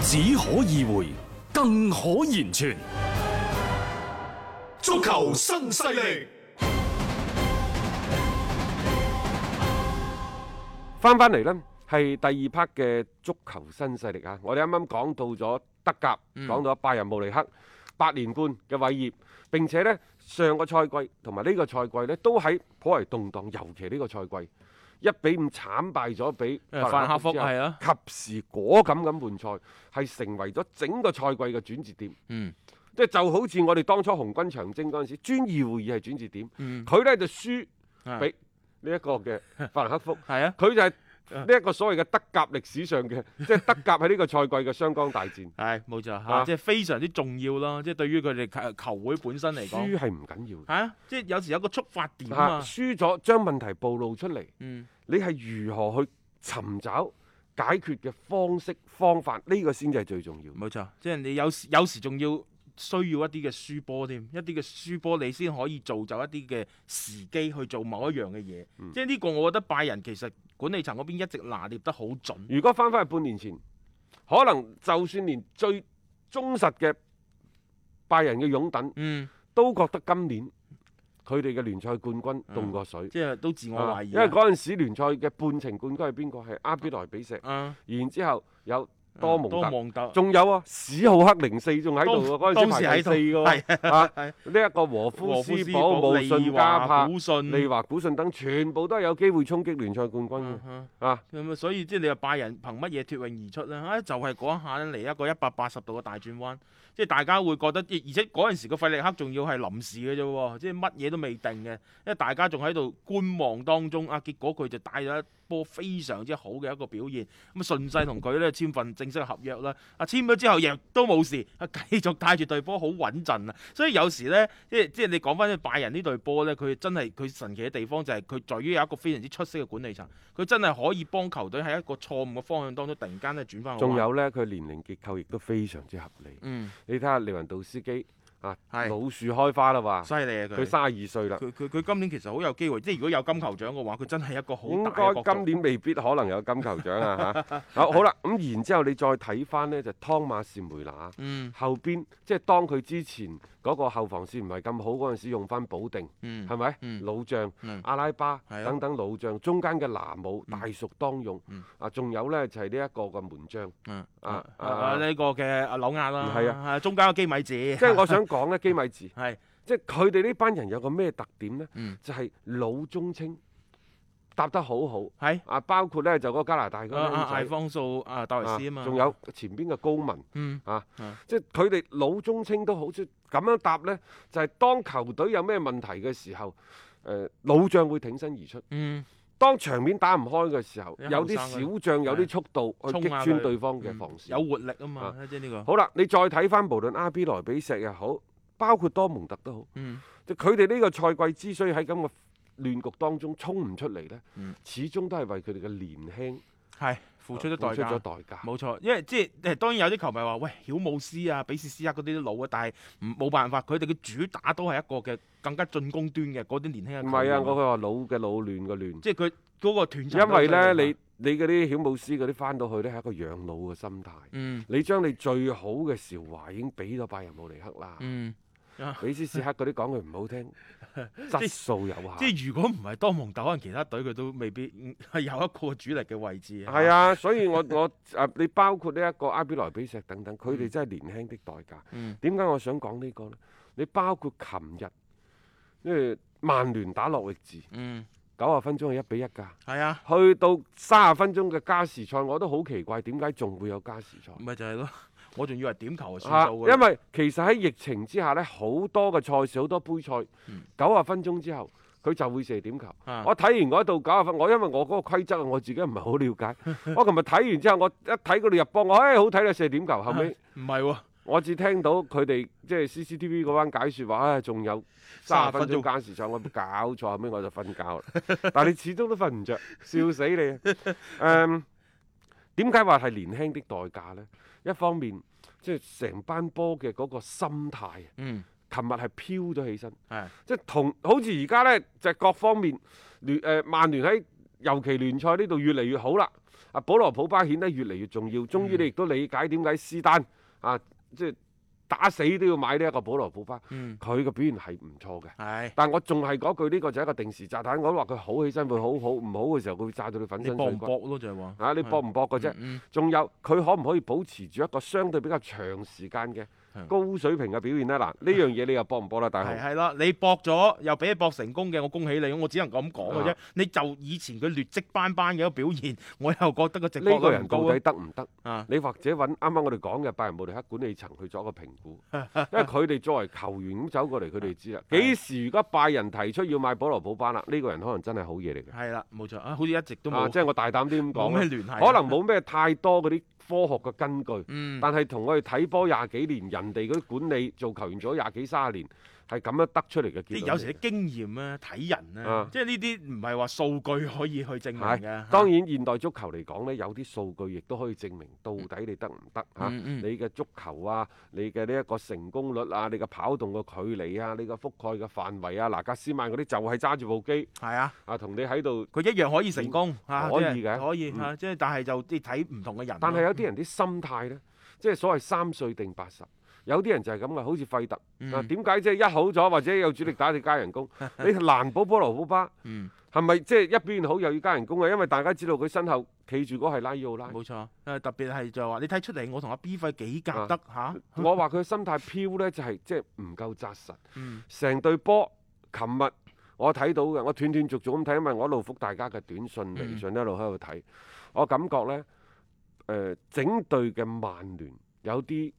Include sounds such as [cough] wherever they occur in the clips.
只可意會，更可言傳。足球新勢力。翻翻嚟呢，係第二 part 嘅足球新勢力啊！我哋啱啱講到咗德甲，講、嗯到拜仁慕尼黑八連冠嘅偉業，並且呢，上個賽季同埋呢個賽季呢，都喺頗為動盪，尤其呢個賽季一比五慘敗咗俾誒法蘭克福法蘭克福係啊及時果敢咁換賽，係成為咗整個賽季嘅轉折點。嗯，即係就好似我哋當初紅軍長征嗰陣時，專二會議係轉折點，嗯啊佢呢就輸係俾呢一個嘅法蘭克福。係 [laughs] 啊，佢就係呢一個所謂嘅德甲歷史上 [laughs] 嘅，即係德甲喺呢個賽季嘅雙江大戰。係冇錯啊嚇，即係非常之重要咯，即係對於佢哋球球會本身嚟講，輸係唔緊係啊，即係有時有個觸發點要，嚇啊，輸咗將問題暴露出嚟，嗯，你係如何去尋找解決嘅方式方法？呢、個先至係最重要。冇錯，即係你有時有時仲要需要一啲嘅輸波添，一啲嘅輸波你先可以造就一啲嘅時機去做某一樣嘅嘢，嗯即係呢個我覺得拜仁其實管理層嗰邊一直拿捏得好準，如果翻返去半年前，可能就算連最忠實嘅拜仁嘅擁躉嗯，都覺得今年佢哋嘅聯賽冠軍凍過水。嗯即係都自我啊懷疑因啊，為嗰陣時聯賽嘅半程冠軍係邊個？係阿比萊比錫。啊然之後有多蒙多特，蒙特，仲有啊史浩克零四仲喺度啊喎，嗰陣時排第四嘅係喎，啊係呢一個和夫和夫斯斯堡、堡無利信加華柏、古信利華古信等，全部都係有機會衝擊聯賽冠軍嘅嗯哼啊！咁啊，所以即係你話拜仁憑乜嘢脱穎而出咧？啊，就係嗰一下咧嚟一個一百八十度嘅大轉彎，即係大家會覺得，而而且嗰陣時個費力克仲要係臨時嘅啫喎，即係乜嘢都未定嘅，因為大家仲喺度觀望當中啊，結果佢就帶咗一波非常之好嘅一個表現，咁啊順勢同佢咧簽份正式嘅合約啦，啊簽咗之後亦都冇事，啊繼續帶住隊波好穩陣啊，所以有時咧，即係即係你講翻拜仁呢隊波咧，佢真係佢神奇嘅地方就係佢在於有一個非常之出色嘅管理層。佢真係可以幫球隊喺一個錯誤嘅方向當中，突然間咧轉翻。仲，有呢，佢年齡結構亦都非常之合理。嗯，你睇下利雲道斯基啊，係老樹開花啦話，犀利啊佢佢！三十二歲啦，佢佢佢今年其實好有機會，即係如果有金球獎嘅話，佢真係一個好應大該嘅今角逐。年未必可能有金球獎啊 [laughs] 嚇好好啦，咁然之後你再睇翻呢，就湯馬士梅拿。嗯後邊即係當佢之前嗰個後防線唔係咁好嗰陣時，用翻保定嗯係咪？嗯老將嗯阿拉巴係啊等等老將，中間嘅拿姆嗯大熟當用嗯啊，仲有呢就係呢一個嘅門將，嗯啊啊啊啊呢個嘅阿紐亞啦，係啊啊，中間嘅基米治，即係我想講呢，基米治， [laughs] 係即係佢哋呢班人有個咩特點呢？嗯就係老中青搭得好好係啊，包括呢就嗰個加拿大嗰個啊啊艾僆仔方素啊戴維斯啊嘛，啊仲有前邊嘅高文。嗯啊嗯，即係佢哋老中青都好，即係咁樣答呢，就係、當球隊有咩問題嘅時候，誒、呃老將會挺身而出；嗯當場面打唔開嘅時候，啲有啲後小生嗰啲啊將有啲速度去衝擊下穿佢對方嘅嗯防線。有活力啊啊嘛，即係呢個好啦，你再睇翻無論阿比萊比錫又好，包括多蒙特都好，嗯即係佢哋呢個賽季之所以喺咁嘅亂局當中衝唔出嚟呢，嗯始終都係為佢哋嘅年輕係付出咗代啊付出咗價。代價。冇錯，因為即係誒當然有啲球迷話：喂，曉姆斯啊、比士斯克嗰啲都老啊，但係唔冇辦法，佢哋嘅主打都係一個嘅更加進攻端嘅嗰啲年輕嘅唔球員。係啊，我佢話老嘅老，亂嘅亂。即係佢嗰個斷層因都好為犀利啊。呢，你你嗰啲曉姆斯嗰啲翻到去呢，係一個養老嘅心態。嗯你將你最好嘅韶華已經俾咗拜仁慕尼黑啦，嗯啊比斯史克嗰啲講句唔好 [laughs] 聽，質素有啊即限。係如果唔係多蒙特，可能其他隊佢都未必嗯 [laughs] 係有一個主力嘅位 [laughs] 置。係，啊，所以我我啊，你包括呢一個阿比萊比錫等等，佢哋真係年輕的代價。嗯點解我想講呢個呢？你包括琴日，因為曼聯打諾域治，嗯，九十分鐘係一比一㗎。係啊，去到三十分鐘嘅加時賽，我都好奇怪點解仲會有加時賽。咪就係咯。 [laughs] 我仲以為點球就啊算數㗎啦因為其實喺疫情之下呢，好多嘅賽事、好多杯賽，九十分鐘之後佢就會射點球。嗯啊我睇完嗰度九十分，我因為我嗰個規則我自己唔係好 [laughs] 了解。我琴日睇完之後，我一睇嗰度入波，我哎唉、好睇啦，射點球。後尾唔係喎，我只聽到佢哋即係 CCTV 嗰班解説話，唉、仲有三30十分鐘加時賽， [laughs] 我搞錯，後尾我就瞓覺啦。但係你始終都瞓唔着，笑死你啊！ [laughs] 誒、點解話係年輕的代價呢？一方面即係成班波嘅嗰個心態啊，嗯，琴日係飄咗起身，係即係同好似而家呢，就係各方面聯誒、呃曼聯喺尤其聯賽呢度越嚟越好啦。啊，保羅普巴顯得越嚟越重要，終於嗯你亦都理解點解斯丹啊，即係打死都要買呢一個保羅普巴，嗯佢嘅表現係唔錯嘅。係。但我仲係嗰句，呢、個就係一個定時炸彈。我話佢好起身會好好，唔好嘅時候佢會炸到你粉你身搏碎唔骨。搏咯，就係話。啊！你搏唔搏嘅啫？嗯仲有佢可唔可以保持住一個相對比較長時間嘅係高水平嘅表現呢？嗱，呢樣嘢你又搏唔搏啦，大係啊雄？係啦，你搏咗又俾你搏成功嘅，我恭喜你，我只能咁講嘅啫啊。你就以前佢劣跡斑斑嘅一個表現， [laughs] 我又覺得個直呢播個率唔人到高底得唔得？啊。你或者揾啱啱我哋講嘅拜仁慕尼黑管理層去做一個評 [laughs] 估，因為佢哋作為球員咁走過嚟，佢哋知啦。幾時如果拜仁提出要買保羅普巴啦，呢個人可能真係好嘢嚟嘅。係啦，冇錯啊，好似一直都嗯啊，冇即係我大膽啲咁講冇啦咩聯繫啊，可能冇咩太多嗰啲科學嘅根據，嗯但係同我哋睇波廿幾年，人哋嗰啲管理做球員做咗廿幾三十年，係咁樣得出嚟嘅即結係論。有時啲經驗咧，睇人咧啊，即係呢啲唔係話數據可以去證明係嘅。當然現代足球嚟講呢，有啲數據亦都可以證明到底你得唔得啊嚇？嗯嗯嗯你嘅足球啊，你嘅呢一個成功率啊，你嘅跑動嘅距離啊，你嘅覆蓋嘅範圍啊，嗱，格斯曼嗰啲就係揸住部機係啊，啊，同你喺度。佢一樣可以成功嚇，可以即係嘅可以嗯嚇，即係但係就即係睇唔同嘅人咯。但係有啲人啲心態呢，即係所謂三歲定八十。有啲人就係咁嘅，好似費特嗯嗱，點解即係一好咗或者有主力打你加人 [laughs] 工？你難保波羅普巴嗯係咪即係一表現好又要加人工啊？因為大家知道佢身後企住嗰係拉伊奧拉，冇錯，誒特別係就話你睇出嚟，我同阿 B 費幾啊夾得嚇， [laughs] 我話佢心態飄呢，就係即係唔夠扎實。嗯成隊波，琴日我睇到嘅，我斷斷續續咁睇，因為我一路覆大家嘅短信、微嗯信一路喺度睇，我感覺呢，誒、呃整隊嘅曼聯有啲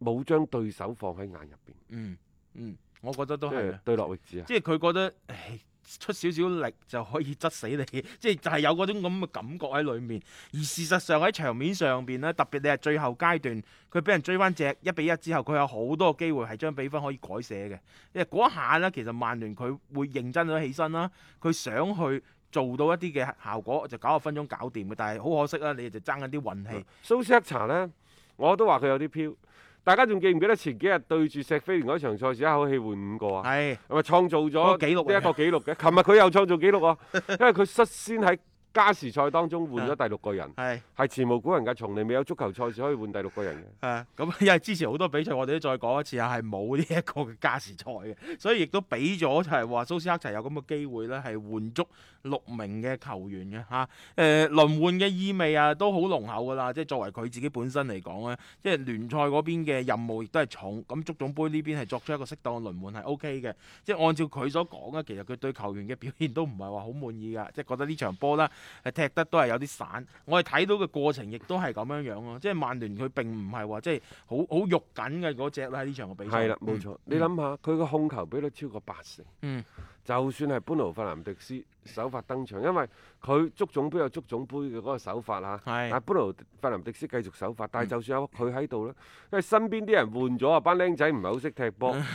冇將對手放喺眼入邊，嗯嗯，我覺得即都係係啊，對落域治啊。即係佢覺得唉出少少力就可以窒死你， [laughs] 即係就係有嗰種咁嘅感覺喺裡面。而事實上喺場面上邊咧，特別你係最後階段，佢俾人追翻隻一比一之後，佢有好多機會係將比分可以改寫嘅。因為嗰一下咧，其實曼聯佢會認真咗起身啦，佢想去做到一啲嘅效果，就九十分鐘搞掂嘅。但係好可惜啦，你哋就爭緊啲運氣。蘇斯克查呢，我都話佢有啲飄。大家仲記唔記得前幾日對住石飛聯嗰場賽事一口氣換五個啊？係係咪創造嗰咗個紀錄嚟啊呢一個紀錄嘅？琴日佢又創造紀錄 [laughs] 喎，因為佢率先喺加時賽當中啊換咗第六個人。係。係前無古人㗎，從嚟未有足球賽事可以換第六個人嘅。啊，咁因為之前好多比賽，我哋都再講一次啊，係冇呢一個嘅加時賽嘅，所以亦都俾咗就係話蘇斯克齊有咁嘅機會咧，係換足六名嘅球員嘅嚇。誒、輪換嘅意味啊，都好濃厚噶啦，即係作為佢自己本身嚟講咧，即係聯賽嗰邊嘅任務亦都係重，咁足總杯呢邊係作出一個適當嘅輪換係 O K 嘅，即係按照佢所講咧，其實佢對球員嘅表現都唔係話好滿意㗎，即係覺得呢場波啦。誒踢得都係有啲散。我哋睇到嘅過程亦都係咁樣樣咯，即係曼聯佢並唔係話即係好好肉緊嘅嗰只啦，喺呢場嘅比賽。係啦，冇錯。你諗下，佢個控球比率超過八成。嗯就算係班奴費南迪斯首發登場，因為佢足總杯有足總杯嘅嗰個手法嚇。係嗯但係班奴費南迪斯繼續首發，但係就算有佢喺度咧，因為身邊啲人換咗啊，班僆仔唔係好識踢 [laughs] 波嚇，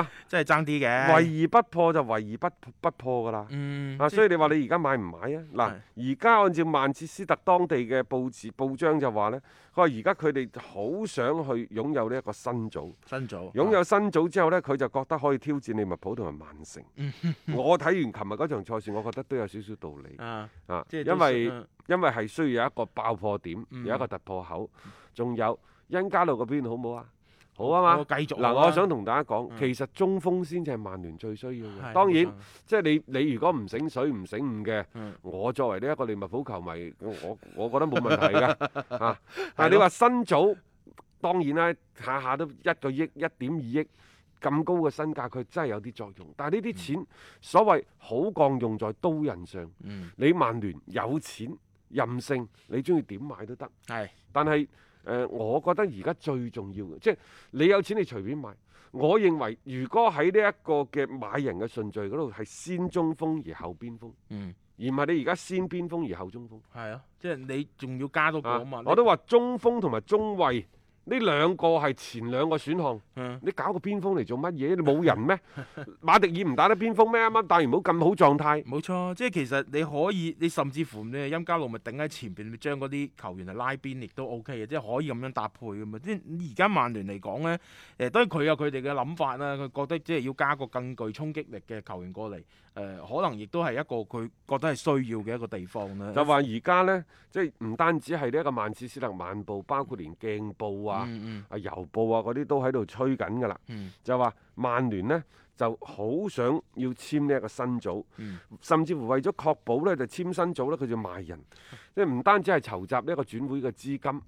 嗯，即係爭啲嘅。圍而不破就圍而不不破㗎啦。嗯，啊，即嗯所以你話你而家買唔買啊？嗱，而家按照曼徹斯特當地嘅報紙報章就話呢，佢話而家佢哋好想去擁有呢一個新組，新組擁有新組之後呢，佢就覺得可以挑戰利物浦同埋曼城。嗯 [laughs] [laughs] 我睇完琴日嗰場賽事，我覺得都有少少道理啊，啊，即係都因為想因為係需要有一個爆破點，嗯有一個突破口，仲有恩加路嗰邊好唔好啊？好啊嘛。繼續嗱，好啊我想同大家講，嗯其實中鋒先至係曼聯最需要嘅。係當冇然錯，即係你你如果唔醒水唔醒悟嘅嗯，我作為呢一個利物浦球迷，我我覺得冇問題㗎啊。但係你話新組，當然啦，下下都一個億一點二億。咁高嘅身價，佢真係有啲作用。但係呢啲錢，所謂好鋼用在刀刃上。嗯你曼聯有錢任性，你中意點買都得。係但係誒、呃我覺得而家最重要嘅，即係你有錢你隨便買。我認為如果喺呢一個嘅買人嘅順序嗰度係先中鋒而後邊鋒，嗯而唔係你而家先邊鋒而後中鋒。係啊，即係你仲要加多個啊啊嘛，我都話中鋒同埋中衞呢兩個係前兩個選項。嗯你搞個邊鋒嚟做乜嘢？你冇人咩？ [laughs] 馬迪爾唔打得邊鋒咩？啱啱打完冇咁好狀 [laughs] 態。冇錯，即係其實你可以，你甚至乎你係陰家路咪頂喺前邊，你將嗰啲球員係啊拉邊，亦都 O K 嘅，即係可以咁樣搭配噶嘛。即係而家曼聯嚟講咧，誒當然佢有佢哋嘅諗法啦，佢覺得即係要加個更具衝擊力嘅球員過嚟，誒、可能亦都係一個佢覺得係需要嘅一個地方啊啦。就話而家呢，即係唔單止係呢一個曼徹斯特漫步，包括連鏡報啊、嗯啊郵報啊嗰啲都喺度吹緊㗎啦。嗯就話曼聯呢就好想要簽呢一個新組，嗯甚至乎為咗確保呢就簽新組呢，佢就賣人，即係唔單止係籌集呢一個轉會嘅資金，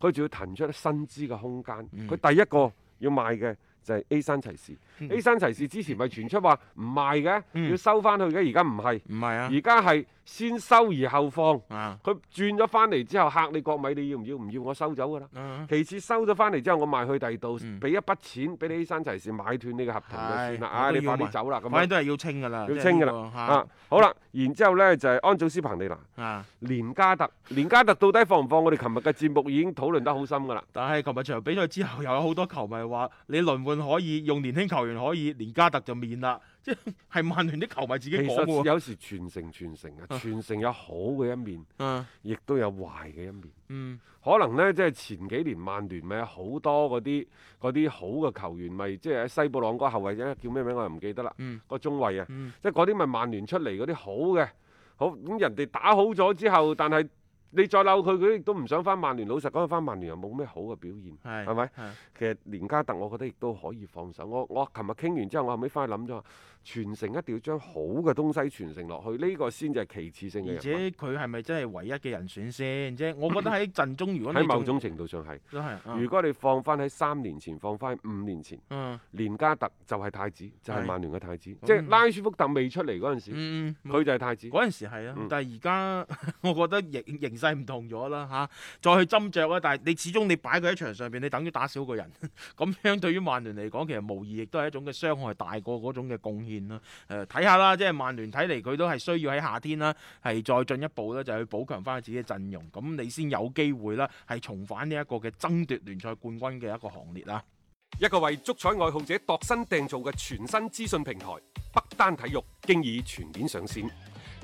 佢仲要騰出薪資嘅空間。嗯佢、第一個要賣嘅就係 A 山齊士、嗯 a 山齊士之前咪傳出話唔賣嘅，嗯要收翻去嘅，而家唔係，嗯，唔係啊而，家係先收而後放。啊佢轉咗翻嚟之後嚇你國米，你要唔要？唔要我收走㗎啦。啊，其次收咗翻嚟之後，我賣去第二度嗯，俾一筆錢俾你山齊士買斷呢個合同就算啦。係啊，我都你要快啲買走啦，咁反正樣都係要清噶啦，要清㗎即係呢啦。個啊，好啦，然之後呢就係安祖斯彭利拿、嚇啊連加特、連加特到底放唔放？我哋琴日嘅節目已經討論得好深㗎啦。但係琴日場比賽之後，又有好多球迷話：你輪換可以用年輕球員可以，連加特就免啦。 [laughs] 即係曼聯啲球迷自己其講實嘅喎。有時傳承傳承啊，啊傳承有好嘅一面，嗯亦都有壞嘅一面。嗯可能呢，即係前幾年曼聯咪有好多嗰啲嗰啲好嘅球員，咪即係喺西布朗嗰個後衞咧叫咩名我又唔記得啦，嗯個中衞啊，嗯即係嗰啲咪曼聯出嚟嗰啲好嘅，好咁人哋打好咗之後，但係你再嬲佢，佢亦都唔想翻曼聯。老實講，翻曼聯又冇咩好嘅表現，係係咪？係其實連加特我覺得亦都可以放手。我我琴日傾完之後，我後尾翻去諗咗話，傳承一定要將好嘅東西傳承落去，呢、個先至係其次性嘅而人物。且佢係咪真係唯一嘅人選先？即係我覺得喺陣中，如果你喺某仲種程度上係，都係，嗯如果你放翻喺三年前，放翻喺五年前，嗯連加特就係太子，就係、係曼聯嘅太子，即係拉舒福特未出嚟嗰陣時，嗯嗯佢就係太子。嗰陣時係啊嗯，但係而家 [laughs] 我覺得形形勢唔同咗啦嚇，再去斟酌啦。但係你始終你擺佢喺場上邊，你等於打少個人， [laughs] 咁樣對於曼聯嚟講，其實無疑亦都係一種嘅傷害大過嗰種嘅貢獻啦。誒睇下啦，即係曼聯睇嚟佢都係需要喺夏天啦，係再進一步咧，就去補強翻自己嘅陣容，咁你先有機會啦，係重返呢一個嘅爭奪聯賽冠軍嘅一個行列啊啦。一個為足彩愛好者度身訂造嘅全新資訊平台北單體育，經已全面上線。